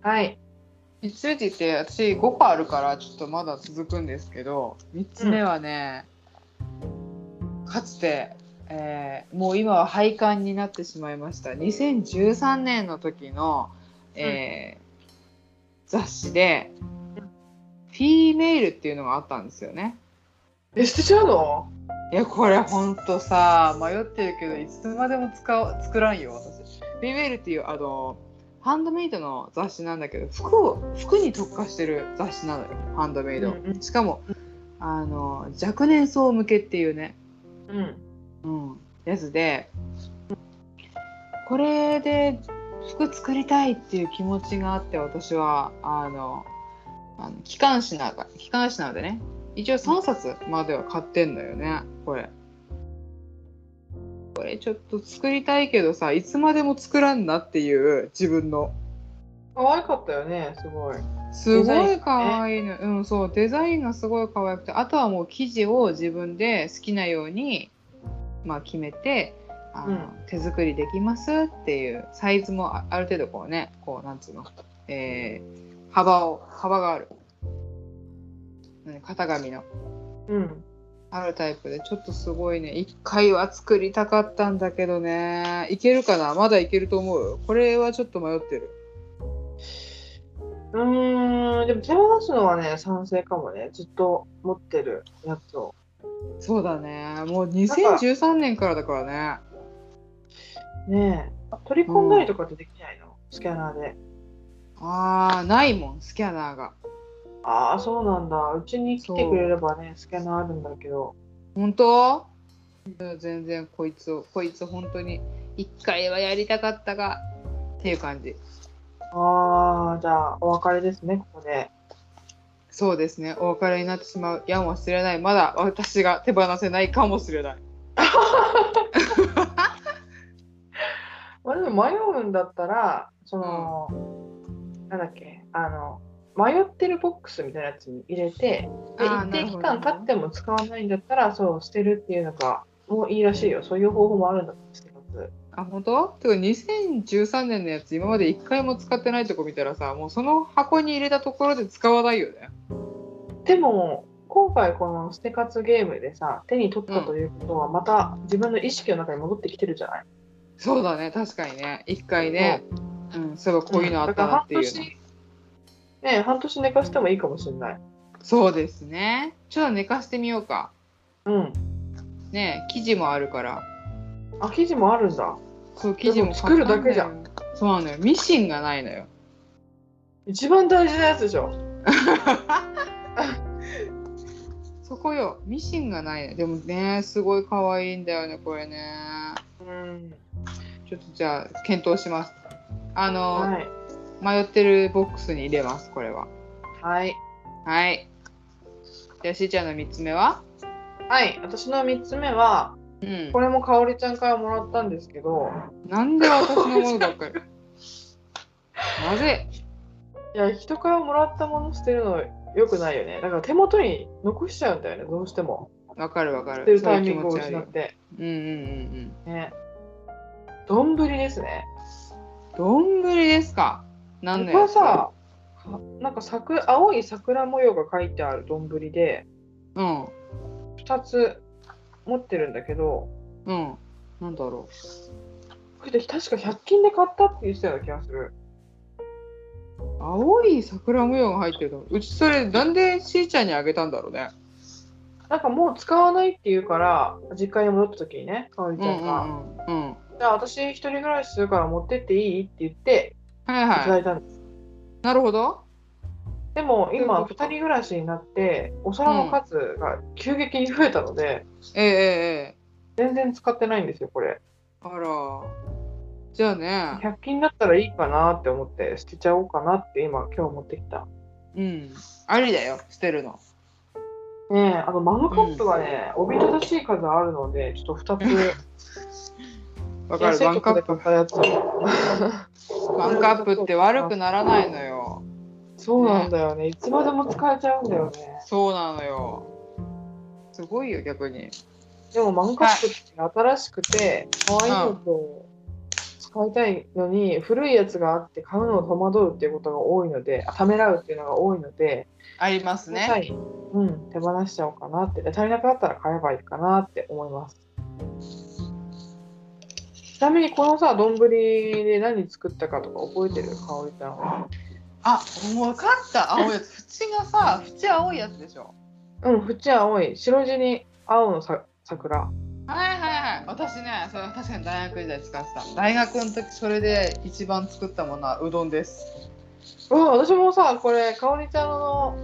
[SPEAKER 2] はい。
[SPEAKER 3] 3つ目って言って、私5個あるから、ちょっとまだ続くんですけど、3つ目はね、かつて、えーもう今は廃刊になってしまいました、2013年の時の、えー雑誌で、フィーメールっていうのがあったんですよね。
[SPEAKER 2] え、捨てちゃうの
[SPEAKER 3] いやこれほんとさ迷ってるけどいつまでも使う作らんよ私。ビメールっていうあのハンドメイドの雑誌なんだけど服を服に特化してる雑誌なのよハンドメイド。
[SPEAKER 2] うんうん
[SPEAKER 3] しかもあの若年層向けっていうね、
[SPEAKER 2] うん。
[SPEAKER 3] うん、やつでこれで服作りたいっていう気持ちがあって私はあのあの機関誌な機関誌なのでね一応3冊までは買ってんだよねこれこれちょっと作りたいけどさいつまでも作らんなっていう自分の
[SPEAKER 2] 可愛かったよね、すごい。
[SPEAKER 3] すごい可愛いの、うんそうデザインがすごい可愛くてあとはもう生地を自分で好きなようにまあ決めてあの、
[SPEAKER 2] うん
[SPEAKER 3] 手作りできますっていうサイズもあある程度こうねこうなんつうの、えー幅を幅がある、うん、型紙の
[SPEAKER 2] うん。
[SPEAKER 3] あるタイプでちょっとすごいね一回は作りたかったんだけどねいけるかなまだいけると思うこれはちょっと迷ってる
[SPEAKER 2] うーん、でも手放すのはね、賛成かもね。ずっと持ってるやつを。
[SPEAKER 3] そうだねもう
[SPEAKER 2] なんか
[SPEAKER 3] 2013年からだからね
[SPEAKER 2] ねえ。取り込んだりとかってできないの、スキャナーで。
[SPEAKER 3] ああないもんスキャナーが
[SPEAKER 2] ああ、そうなんだ。うちに来てくれればね、スキャナーあるんだけど。
[SPEAKER 3] 本当全然こいつをこいつ本当に一回はやりたかったがっていう感じ
[SPEAKER 2] ああ、じゃあ、お別れですね、ここで。
[SPEAKER 3] そうですねお別れになってしまうやもしれないまだ私が手放せないかもしれない
[SPEAKER 2] まあ、でも迷うんだったら、その、なんだっけ、あの、迷ってるボックスみたいなやつに入れて、で
[SPEAKER 3] あー
[SPEAKER 2] 一定期
[SPEAKER 3] なる
[SPEAKER 2] 間経
[SPEAKER 3] ほど
[SPEAKER 2] っても使わないんだったら、そう、捨てるっていうのが、もういいらしいよ。そういう方法もあるんだと思います。
[SPEAKER 3] あ本当てか2013年のやつ今まで一回も使ってないとこ見たらさもうその箱に入れたところで使わないよね
[SPEAKER 2] でも、今回この捨て活ゲームでさ、手に取ったということは、また自分の意識の中に戻ってきてるじゃない。
[SPEAKER 3] そうだね確かにね一回ねうんそういえばこういうのあったなっていうの、
[SPEAKER 2] だから半年、ね、半年寝かしてもいいかもしれない。
[SPEAKER 3] そうですねちょっと寝かしてみようか
[SPEAKER 2] うん。
[SPEAKER 3] ね生地もあるから
[SPEAKER 2] あ、生地もあるんだ。
[SPEAKER 3] そう生地も
[SPEAKER 2] 作るだけじゃ
[SPEAKER 3] んそうなのよミシンがないのよ
[SPEAKER 2] 一番大事なやつでしょ。
[SPEAKER 3] そこよミシンがないのでもねすごい可愛いんだよねこれね
[SPEAKER 2] うん。
[SPEAKER 3] ちょっとじゃあ検討しますあの、
[SPEAKER 2] はい。
[SPEAKER 3] 迷ってるボックスに入れますこれは
[SPEAKER 2] はい。
[SPEAKER 3] はいじゃあしーちゃんの3つ目は
[SPEAKER 2] はい、私の3つ目は、
[SPEAKER 3] うん
[SPEAKER 2] これもかおりちゃんからもらったんですけど、
[SPEAKER 3] なんで私のものばっ かりなぜ
[SPEAKER 2] いや、人からもらったもの捨てるの良くないよね。だから手元に残しちゃうんだよね、どうしても。
[SPEAKER 3] わかるわか
[SPEAKER 2] 捨て
[SPEAKER 3] る
[SPEAKER 2] る
[SPEAKER 3] そう
[SPEAKER 2] タ
[SPEAKER 3] い
[SPEAKER 2] イミン
[SPEAKER 3] う気
[SPEAKER 2] グ
[SPEAKER 3] 持
[SPEAKER 2] を
[SPEAKER 3] ちある
[SPEAKER 2] 失っ
[SPEAKER 3] よ
[SPEAKER 2] て。
[SPEAKER 3] うんうんうんうん
[SPEAKER 2] ね。丼ですね。
[SPEAKER 3] どんぶりですか
[SPEAKER 2] こ
[SPEAKER 3] 何の
[SPEAKER 2] れ
[SPEAKER 3] や
[SPEAKER 2] は
[SPEAKER 3] つ
[SPEAKER 2] さ、なんか桜青い桜模様が書いてある丼で、
[SPEAKER 3] うん
[SPEAKER 2] 2つ持ってるんだけど、
[SPEAKER 3] うんなんだろ
[SPEAKER 2] これで確か100均で買ったって言ってたような気がする。
[SPEAKER 3] う青い桜模様が入ってると思ううちそれなんでしーちゃんにあげたんだろうね
[SPEAKER 2] なんかもう使わないって言うから、実家に戻った時にね、かおり
[SPEAKER 3] う
[SPEAKER 2] ちゃんが。
[SPEAKER 3] んうんうん
[SPEAKER 2] じゃあ私一人暮らしするから持ってっていいって言って
[SPEAKER 3] はい
[SPEAKER 2] いただ
[SPEAKER 3] はい
[SPEAKER 2] いたんです、
[SPEAKER 3] なるほど
[SPEAKER 2] でも今
[SPEAKER 3] そう
[SPEAKER 2] 二
[SPEAKER 3] いうこと
[SPEAKER 2] 人暮らしになってお皿の数が急激に増えたので、
[SPEAKER 3] えええええ
[SPEAKER 2] 全然使ってないんですよこれ
[SPEAKER 3] えあらじゃあね
[SPEAKER 2] 100均だったらいいかなって思って捨てちゃおうかなって今今日持ってきた
[SPEAKER 3] うん、ありだよ、捨てるの。
[SPEAKER 2] ねえ、あのマグカップがね、おびただしい数あるので、ちょっと2つ、
[SPEAKER 3] わかるワンカップ
[SPEAKER 2] 買ったやつ。
[SPEAKER 3] ワンカップって悪くならないのよ
[SPEAKER 2] そうなんだよね。いつまでも使えちゃうんだよね。
[SPEAKER 3] そうなのよすごいよ逆に
[SPEAKER 2] でもマグカップって新しくて、可愛いのと使いたいのに、古いやつがあって買うのを戸惑うっていうことが多いので、あためらうっていうのが多いので、
[SPEAKER 3] あります
[SPEAKER 2] は
[SPEAKER 3] ね
[SPEAKER 2] いうん、手放しちゃおうかなって、で足りなくなったら買えばいいかなって思います。ちなみにこのさ、丼で何作ったかとか覚えてるかおりちゃんは。
[SPEAKER 3] あ分かった青いやつ縁がさ縁青いやつでしょ
[SPEAKER 2] うん、縁青い、白地に青のさ桜。
[SPEAKER 3] はいはいはい私ねそれ確かに大学時代使ってた大学の時それで一番作ったものはうどんです
[SPEAKER 2] うん、私もさこれかおりちゃんの、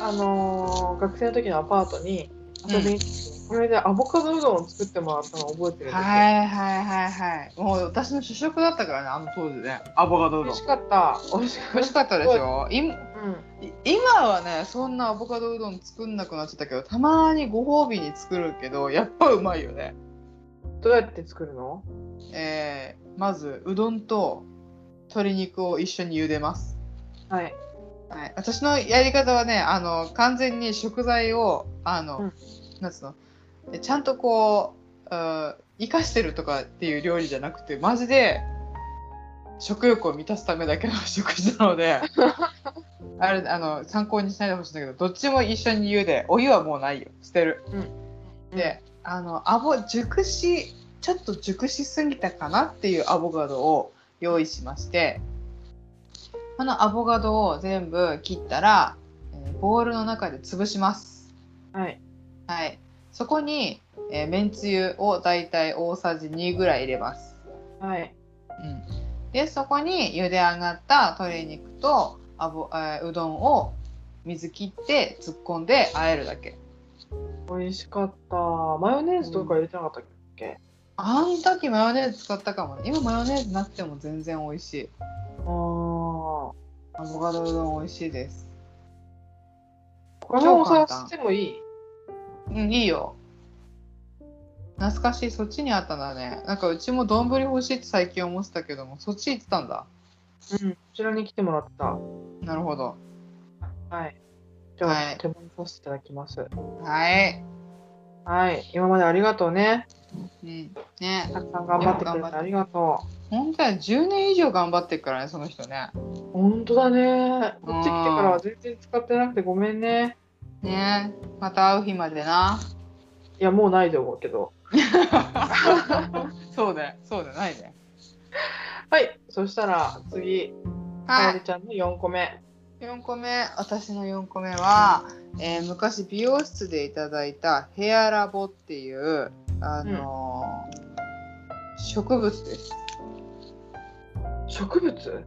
[SPEAKER 2] あのー学生の時のアパートに遊びに行って、これでアボカドうどんを作ってもらったのを覚えてるんですよ、
[SPEAKER 3] はいはいはいはいもう私の主食だったからねあの当時ねアボカドう
[SPEAKER 2] 美
[SPEAKER 3] どん
[SPEAKER 2] 味しかった美味し
[SPEAKER 3] 美
[SPEAKER 2] かっ
[SPEAKER 3] 味しかったでしょい
[SPEAKER 2] た、うん、
[SPEAKER 3] 今はねそんなアボカドうどん作んなくなっちゃったけどたまにご褒美に作るけどやっぱうまいよね
[SPEAKER 2] どうやって作るの
[SPEAKER 3] えー、まずうどんと鶏肉を一緒に茹でます
[SPEAKER 2] はい
[SPEAKER 3] はい、私のやり方はねあの完全に食材をあの、
[SPEAKER 2] うん
[SPEAKER 3] なんつうのえちゃんとこううん生かしてるとかっていう料理じゃなくてマジで食欲を満たすためだけの 食事な のであれあの参考にしないでほしいんだけどどっちも一緒に茹でお湯はもうないよ捨てる。であのアボ熟しちょっと熟しすぎたかなっていうアボカドを用意しましてこのアボカドを全部切ったら、えーボウルの中で潰します
[SPEAKER 2] はい
[SPEAKER 3] はいそこに、えーめんつゆをだいたい大さじ2ぐらい入れます、
[SPEAKER 2] はい
[SPEAKER 3] うん、でそこに茹で上がった鶏肉とアボ、えーうどんを水切って突っ込んで和えるだけ
[SPEAKER 2] 美味しかったマヨネーズとか入れてなかったっけ、
[SPEAKER 3] あの時マヨネーズ使ったかもね今マヨネーズなくても全然美味しい
[SPEAKER 2] ああ
[SPEAKER 3] アボカドうどん美味しいです
[SPEAKER 2] これもお
[SPEAKER 3] 超簡
[SPEAKER 2] 皿
[SPEAKER 3] 単
[SPEAKER 2] してもいい
[SPEAKER 3] うんいいよ懐かしいそっちにあったんだねなんかうちも丼欲しいって最近思ってたけどもそっち行ってたんだ
[SPEAKER 2] うんこちらに来てもらった
[SPEAKER 3] なるほど
[SPEAKER 2] はいじゃあ、
[SPEAKER 3] はい
[SPEAKER 2] 手放させていただきます
[SPEAKER 3] はい、
[SPEAKER 2] はい今までありがとうね
[SPEAKER 3] うん、ね
[SPEAKER 2] たくさん頑張ってくれてありがとう
[SPEAKER 3] 本当は10年以上頑張ってっからねその人ね
[SPEAKER 2] 本当だね。こっち来てからは全然使ってなくてごめんね。
[SPEAKER 3] ねまた会う日までない
[SPEAKER 2] や、もうないと思うけど。
[SPEAKER 3] そうだよそうだよないね
[SPEAKER 2] はい、そしたら次、か
[SPEAKER 3] は
[SPEAKER 2] わ
[SPEAKER 3] い
[SPEAKER 2] りちゃんの4個目。
[SPEAKER 3] 4個目私の4個目は、えー昔美容室でいただいたヘアラボっていう、あのー植物です
[SPEAKER 2] 植物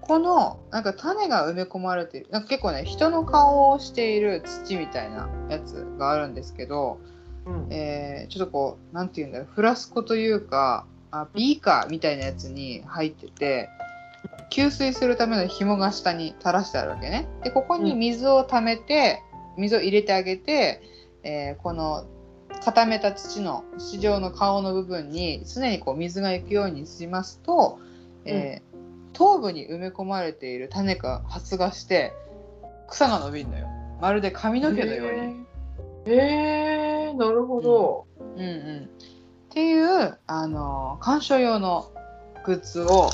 [SPEAKER 3] このなんか種が埋め込まれているなんか結構ね人の顔をしている土みたいなやつがあるんですけど、
[SPEAKER 2] うん。
[SPEAKER 3] えーちょっとこうなんていうんだろうフラスコというかあビーカーみたいなやつに入ってて吸水するための紐が下に垂らしてあるわけね。でここに水を溜めて水を入れてあげて、えーこの固めた土の土上の顔の部分に常にこう水が行くようにしますと、えー頭部に埋め込まれている種が発芽して草が伸びるのよ。まるで髪の毛のように。
[SPEAKER 2] えー、えー、なるほど。
[SPEAKER 3] うんうん、っていう、あのー鑑賞用のグッズを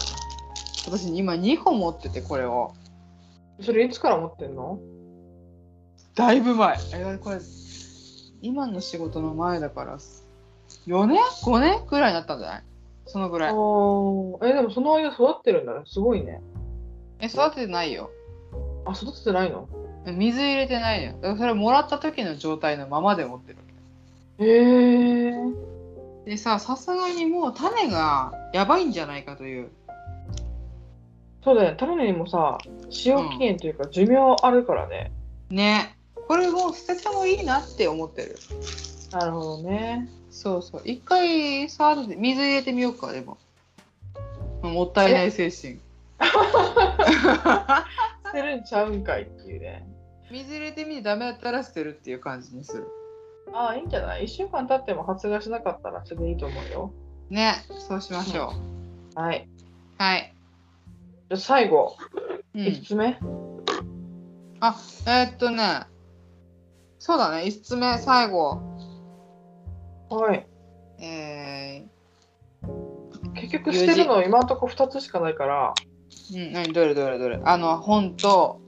[SPEAKER 3] 私今2個持っててこれを
[SPEAKER 2] それいつから持ってんの
[SPEAKER 3] だいぶ前えこれ今の仕事の前だから4年5年くらいになったんじゃないそのぐ
[SPEAKER 2] あ
[SPEAKER 3] らい
[SPEAKER 2] ーえでもその間育ってるんだね。すごいね。
[SPEAKER 3] え育ててないよ
[SPEAKER 2] あ、育ててないの
[SPEAKER 3] 水入れてないよだからそれもらった時の状態のままで持ってる
[SPEAKER 2] えー、
[SPEAKER 3] でささすがにもう種がやばいんじゃないかという
[SPEAKER 2] そうだよね。種にもさ、使用期限というか寿命あるからね。
[SPEAKER 3] ねこれもう捨ててもいいなって思ってる
[SPEAKER 2] なるほどね。
[SPEAKER 3] そうそう。一回触るで水入れてみようか、でも。もったいない精神。
[SPEAKER 2] 捨てるんちゃうんかいっていうね。
[SPEAKER 3] 水入れてみてダメだったら捨てるっていう感じにする
[SPEAKER 2] ああ、いいんじゃない ?1 週間経っても発芽しなかったらそれでいいと思うよ。
[SPEAKER 3] ねそうしましょう、
[SPEAKER 2] はい。
[SPEAKER 3] はい、
[SPEAKER 2] じゃあ最後、
[SPEAKER 3] うん、え
[SPEAKER 2] 5つ目。
[SPEAKER 3] ーっとねそうだね5つ目最後
[SPEAKER 2] はい。
[SPEAKER 3] え
[SPEAKER 2] 結局捨てるの今んとこ2つしかないから、
[SPEAKER 3] ー、うん何どれどれどれあの本と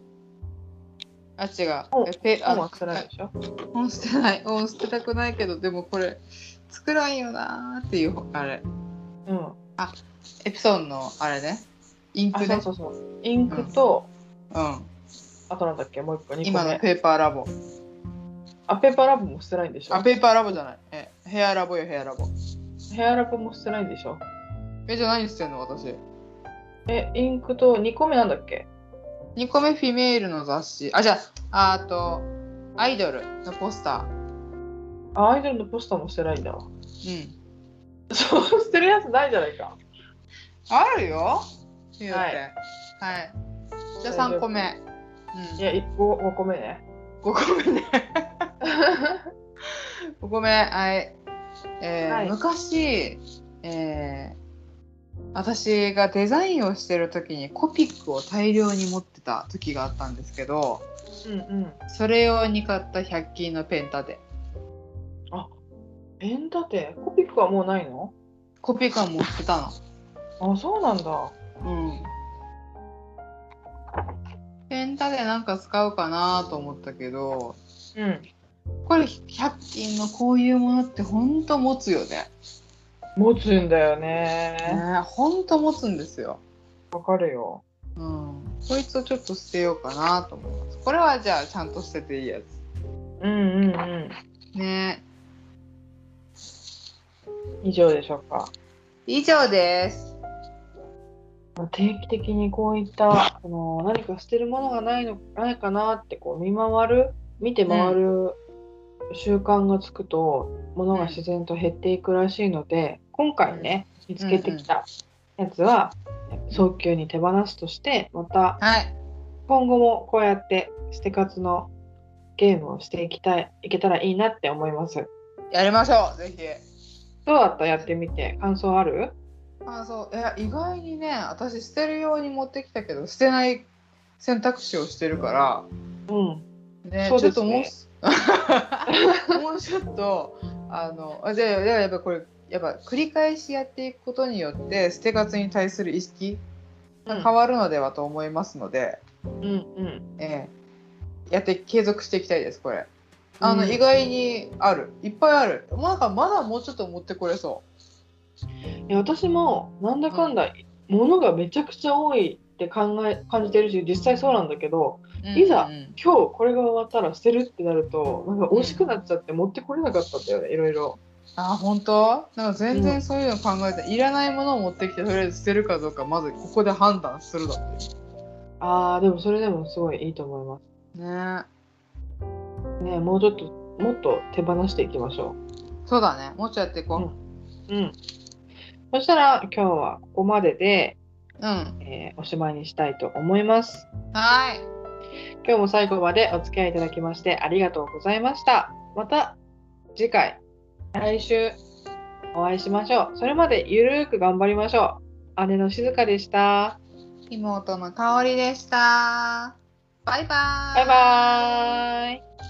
[SPEAKER 3] あ違う
[SPEAKER 2] 本
[SPEAKER 3] えペ
[SPEAKER 2] 本は捨てないでしょ。
[SPEAKER 3] 本捨てない本捨てたくないけどでもこれ作らんよなーっていうあれ
[SPEAKER 2] うん。
[SPEAKER 3] エプソンのあれねイン
[SPEAKER 2] あ、
[SPEAKER 3] ク
[SPEAKER 2] そ
[SPEAKER 3] ね
[SPEAKER 2] うそうそう。インクと、
[SPEAKER 3] うん
[SPEAKER 2] あとなんだっけ、もう1個、2
[SPEAKER 3] 今
[SPEAKER 2] 個
[SPEAKER 3] の
[SPEAKER 2] 目。
[SPEAKER 3] ペーパーラボ
[SPEAKER 2] あ、ペーパーラボも捨てないんでしょ
[SPEAKER 3] あ。ペーパーラボじゃないえヘアラボよヘアラボ
[SPEAKER 2] ヘアラボも捨てないんでしょ。
[SPEAKER 3] えじゃあ何してんの私
[SPEAKER 2] え、インクと2個目なんだっけ
[SPEAKER 3] 2個目フィメールの雑誌あじゃあああとアイドルのポスタ
[SPEAKER 2] あ、アイドルのポスターも捨てないんだ わ。
[SPEAKER 3] ーうん
[SPEAKER 2] そう、捨てるやつないじゃないか。
[SPEAKER 3] あるよ言うては
[SPEAKER 2] はいい、
[SPEAKER 3] じゃあ3個目
[SPEAKER 2] い
[SPEAKER 3] うん
[SPEAKER 2] や、1個、5個目ね。
[SPEAKER 3] 5個目ね5個目はいえー
[SPEAKER 2] はい
[SPEAKER 3] 昔えー私がデザインをしてる時にコピックを大量に持ってた時があったんですけど
[SPEAKER 2] うんうん。
[SPEAKER 3] それ用に買った100均のペン立て
[SPEAKER 2] ペン立て、コピックはもうないの
[SPEAKER 3] コピー感持ってた
[SPEAKER 2] あ、そうなんだ。
[SPEAKER 3] の。うん。ペンタでなんか使うかなと思ったけど、
[SPEAKER 2] うん。
[SPEAKER 3] これ100均のこういうものってほんと持つよね。
[SPEAKER 2] 持つんだよね。
[SPEAKER 3] ねほんと持つんですよ。
[SPEAKER 2] わかるよ。
[SPEAKER 3] うん。こいつをちょっと捨てようかなと思います。これはじゃあちゃんと捨てていいや
[SPEAKER 2] うんうんうん。
[SPEAKER 3] つ。ね
[SPEAKER 2] 以上でしょうか。
[SPEAKER 3] 以上です。
[SPEAKER 2] まあ定期的にこういったこの何か捨てるものがないのないかなってこう見回る見て回る習慣がつくと、ものが自然と減っていくらしいので今回ね見つけてきたやつは早急に手放すとしてまた
[SPEAKER 3] はい。
[SPEAKER 2] 今後もこうやって捨て活のゲームをしていきたいいけたらいいなって思います。
[SPEAKER 3] やりましょう。ぜひ。
[SPEAKER 2] どうだったやってみて感想ある
[SPEAKER 3] あそういや意外にね私捨てるように持ってきたけど捨てない選択肢をしてるから
[SPEAKER 2] うん
[SPEAKER 3] ね、
[SPEAKER 2] そう
[SPEAKER 3] ちょ
[SPEAKER 2] で
[SPEAKER 3] っと
[SPEAKER 2] す
[SPEAKER 3] もう
[SPEAKER 2] ね
[SPEAKER 3] す もうちょっとあのあじゃあやっぱこれやっぱ繰り返しやっていくことによって捨て活に対する意識
[SPEAKER 2] う
[SPEAKER 3] が
[SPEAKER 2] ん
[SPEAKER 3] 変わるのではと思いますので、
[SPEAKER 2] うんうん
[SPEAKER 3] ええやって継続していきたいですこれあの、
[SPEAKER 2] うん
[SPEAKER 3] 意外にあるいっぱいあるなんかまだもうちょっと持ってこれそ
[SPEAKER 2] いや私もなんだかんだ物がめちゃくちゃ多いって考え感じてるし実際そうなんだけど
[SPEAKER 3] う、
[SPEAKER 2] いざ
[SPEAKER 3] うんうん
[SPEAKER 2] 今日これが終わったら捨てるってなるとなんか惜しくなっちゃって持ってこれなかったんだよねいろいろ
[SPEAKER 3] あ本当なんか全
[SPEAKER 2] う
[SPEAKER 3] 然そういうの考えて、いらないものを持ってきてとりあえず捨てるかどうかまずここで判断するだって
[SPEAKER 2] あーでもそれでもすごいいいと思いま
[SPEAKER 3] いうね
[SPEAKER 2] すねもうちょっともっと手放していきましょ
[SPEAKER 3] そうだねもうちょいやっていこう、
[SPEAKER 2] ううんそしたら今日はここまでで、
[SPEAKER 3] うん。
[SPEAKER 2] えーおしまいにしたいと思います
[SPEAKER 3] はい。
[SPEAKER 2] 今日も最後までお付き合いいただきましてありがとうございました。また次回、来週お会いしましょう。それまでゆるーく頑張りましょう。姉の静香でした。
[SPEAKER 3] 妹の香りでした。バイバーイ。
[SPEAKER 2] バイバーイ。